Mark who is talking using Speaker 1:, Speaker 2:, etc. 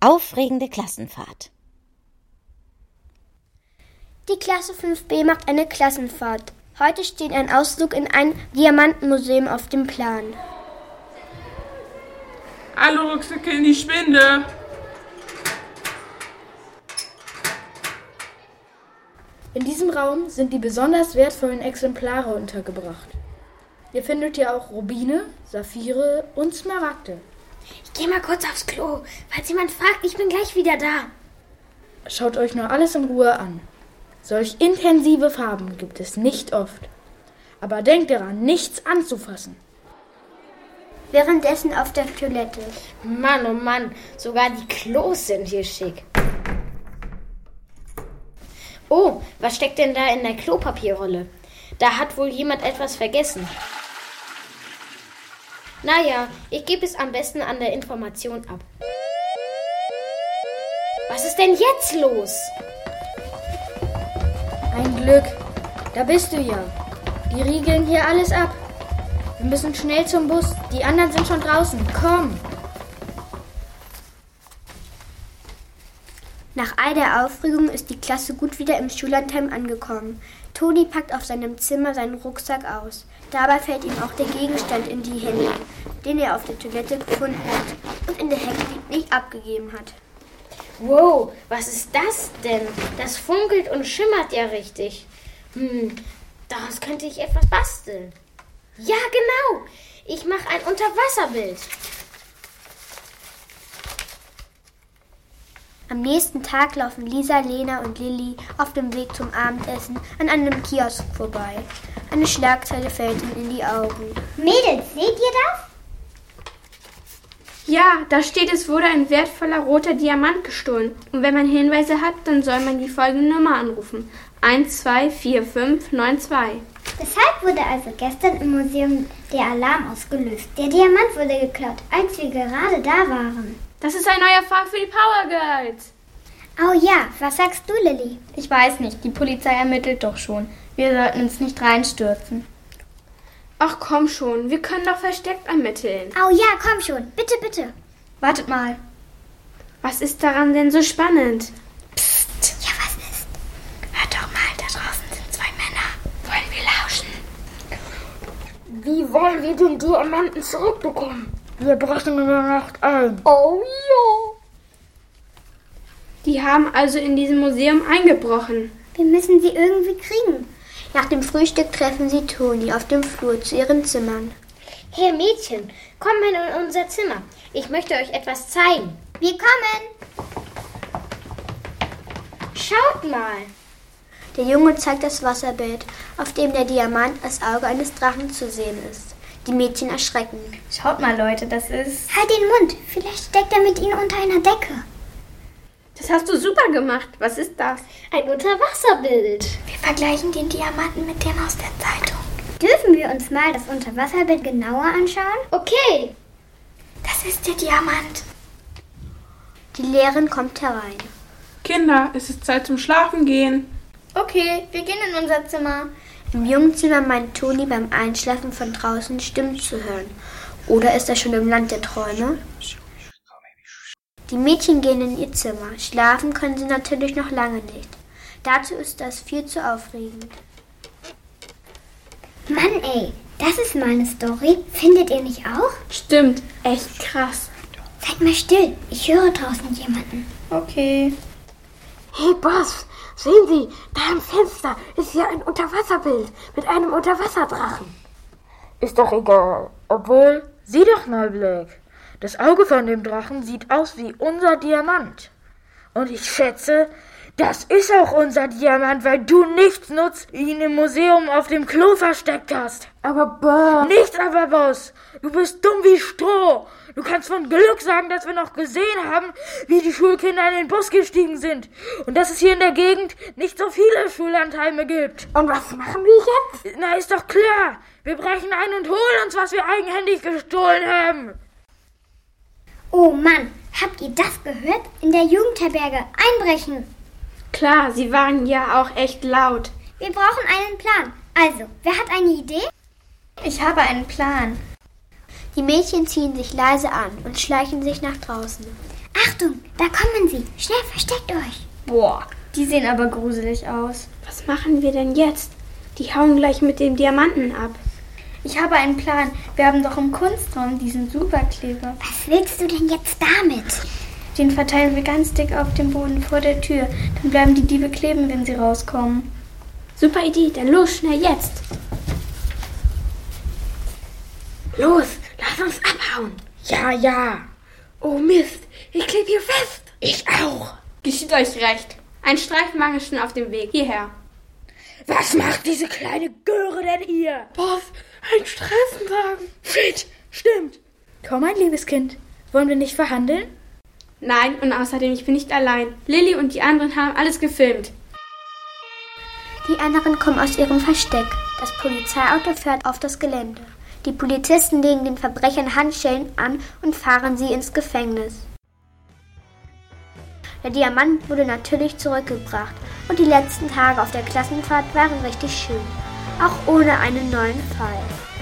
Speaker 1: Aufregende Klassenfahrt.
Speaker 2: Die Klasse 5b macht eine Klassenfahrt. Heute steht ein Ausflug in ein Diamantenmuseum auf dem Plan.
Speaker 3: Alle Rucksäcke in die Spinde.
Speaker 4: In diesem Raum sind die besonders wertvollen Exemplare untergebracht. Ihr findet hier auch Rubine, Saphire und Smaragde.
Speaker 5: Ich gehe mal kurz aufs Klo. Falls jemand fragt, ich bin gleich wieder da.
Speaker 4: Schaut euch nur alles in Ruhe an. Solch intensive Farben gibt es nicht oft. Aber denkt daran, nichts anzufassen.
Speaker 2: Währenddessen auf der Toilette.
Speaker 5: Mann, oh Mann, sogar die Klos sind hier schick. Oh, was steckt denn da in der Klopapierrolle? Da hat wohl jemand etwas vergessen. Naja, ich gebe es am besten an der Information ab. Was ist denn jetzt los?
Speaker 4: Ein Glück. Da bist du ja. Die riegeln hier alles ab. Wir müssen schnell zum Bus. Die anderen sind schon draußen. Komm.
Speaker 2: Nach all der Aufregung ist die Klasse gut wieder im Schullandheim angekommen. Toni packt auf seinem Zimmer seinen Rucksack aus. Dabei fällt ihm auch der Gegenstand in die Hände, den er auf der Toilette gefunden hat und in der Hecke nicht abgegeben hat.
Speaker 5: Wow, was ist das denn? Das funkelt und schimmert ja richtig. Hm, daraus könnte ich etwas basteln. Ja, genau. Ich mache ein Unterwasserbild.
Speaker 2: Am nächsten Tag laufen Lisa, Lena und Lilly auf dem Weg zum Abendessen an einem Kiosk vorbei. Eine Schlagzeile fällt ihnen in die Augen.
Speaker 6: Mädels, seht ihr das?
Speaker 7: Ja, da steht, es wurde ein wertvoller roter Diamant gestohlen. Und wenn man Hinweise hat, dann soll man die folgende Nummer anrufen. 124592.
Speaker 6: Deshalb wurde also gestern im Museum der Alarm ausgelöst. Der Diamant wurde geklaut, als wir gerade da waren.
Speaker 7: Das ist ein neuer Fall für die Power Girls.
Speaker 6: Oh ja, was sagst du, Lilly?
Speaker 8: Ich weiß nicht, die Polizei ermittelt doch schon. Wir sollten uns nicht reinstürzen.
Speaker 7: Ach komm schon, wir können doch versteckt ermitteln.
Speaker 6: Oh ja, komm schon, bitte, bitte.
Speaker 8: Wartet mal.
Speaker 7: Was ist daran denn so spannend?
Speaker 8: Psst. Ja, was ist? Hört doch mal, da draußen sind zwei Männer. Wollen wir lauschen?
Speaker 9: Wie wollen wir den Diamanten zurückbekommen?
Speaker 10: Wir brechen in der Nacht ein.
Speaker 9: Oh ja.
Speaker 7: Die haben also in diesem Museum eingebrochen.
Speaker 6: Wir müssen sie irgendwie kriegen.
Speaker 2: Nach dem Frühstück treffen sie Toni auf dem Flur zu ihren Zimmern.
Speaker 5: Hey Mädchen, komm mal in unser Zimmer. Ich möchte euch etwas zeigen.
Speaker 6: Wir kommen!
Speaker 5: Schaut mal!
Speaker 2: Der Junge zeigt das Wasserbett, auf dem der Diamant als Auge eines Drachen zu sehen ist. Die Mädchen erschrecken.
Speaker 8: Schaut mal, Leute, das ist.
Speaker 6: Halt den Mund! Vielleicht steckt er mit ihnen unter einer Decke.
Speaker 7: Das hast du super gemacht. Was ist das?
Speaker 5: Ein Unterwasserbild.
Speaker 6: Wir vergleichen den Diamanten mit dem aus der Zeitung. Dürfen wir uns mal das Unterwasserbild genauer anschauen?
Speaker 5: Okay.
Speaker 6: Das ist der Diamant.
Speaker 2: Die Lehrerin kommt herein.
Speaker 3: Kinder, es ist Zeit zum Schlafen gehen.
Speaker 8: Okay, wir gehen in unser Zimmer.
Speaker 2: Im Jungenzimmer meint Toni beim Einschlafen von draußen Stimmen zu hören. Oder ist er schon im Land der Träume? Die Mädchen gehen in ihr Zimmer. Schlafen können sie natürlich noch lange nicht. Dazu ist das viel zu aufregend.
Speaker 6: Mann, ey, das ist mal eine Story. Findet ihr nicht auch?
Speaker 7: Stimmt, echt krass.
Speaker 6: Seid mal still, ich höre draußen jemanden.
Speaker 8: Okay.
Speaker 9: Hey, Boss, sehen Sie, da am Fenster ist hier ein Unterwasserbild mit einem Unterwasserdrachen.
Speaker 10: Ist doch egal. Obwohl, sieh doch mal, Blake. Das Auge von dem Drachen sieht aus wie unser Diamant. Und ich schätze, das ist auch unser Diamant, weil du nichts nutzt, ihn im Museum auf dem Klo versteckt hast.
Speaker 9: Aber Boss.
Speaker 10: Nicht aber Boss. Du bist dumm wie Stroh. Du kannst von Glück sagen, dass wir noch gesehen haben, wie die Schulkinder in den Bus gestiegen sind. Und dass es hier in der Gegend nicht so viele Schullandheime gibt.
Speaker 9: Und was machen wir
Speaker 10: jetzt? Na, ist doch klar. Wir brechen ein und holen uns, was wir eigenhändig gestohlen haben.
Speaker 6: Oh Mann, habt ihr das gehört? In der Jugendherberge einbrechen.
Speaker 7: Klar, sie waren ja auch echt laut.
Speaker 6: Wir brauchen einen Plan. Also, wer hat eine Idee?
Speaker 8: Ich habe einen Plan.
Speaker 2: Die Mädchen ziehen sich leise an und schleichen sich nach draußen.
Speaker 6: Ah, Achtung, da kommen sie. Schnell versteckt euch.
Speaker 7: Boah, die sehen aber gruselig aus. Was machen wir denn jetzt? Die hauen gleich mit dem Diamanten ab.
Speaker 8: Ich habe einen Plan. Wir haben doch im Kunstraum diesen Superkleber.
Speaker 6: Was willst du denn jetzt damit?
Speaker 8: Den verteilen wir ganz dick auf dem Boden vor der Tür. Dann bleiben die Diebe kleben, wenn sie rauskommen.
Speaker 7: Super Idee, dann los, schnell jetzt.
Speaker 9: Los, lass uns abhauen.
Speaker 10: Ja, ja.
Speaker 9: Oh Mist, ich klebe hier fest.
Speaker 10: Ich auch.
Speaker 7: Geschieht euch recht. Ein Streifenwagen ist schon auf dem Weg hierher.
Speaker 10: Was macht diese kleine Göre denn hier?
Speaker 3: Boss, ein Streifenwagen.
Speaker 10: Shit, stimmt.
Speaker 4: Komm, mein liebes Kind. Wollen wir nicht verhandeln?
Speaker 7: Nein, und außerdem, ich bin nicht allein. Lilly und die anderen haben alles gefilmt.
Speaker 2: Die anderen kommen aus ihrem Versteck. Das Polizeiauto fährt auf das Gelände. Die Polizisten legen den Verbrechern Handschellen an und fahren sie ins Gefängnis. Der Diamant wurde natürlich zurückgebracht und die letzten Tage auf der Klassenfahrt waren richtig schön, auch ohne einen neuen Fall.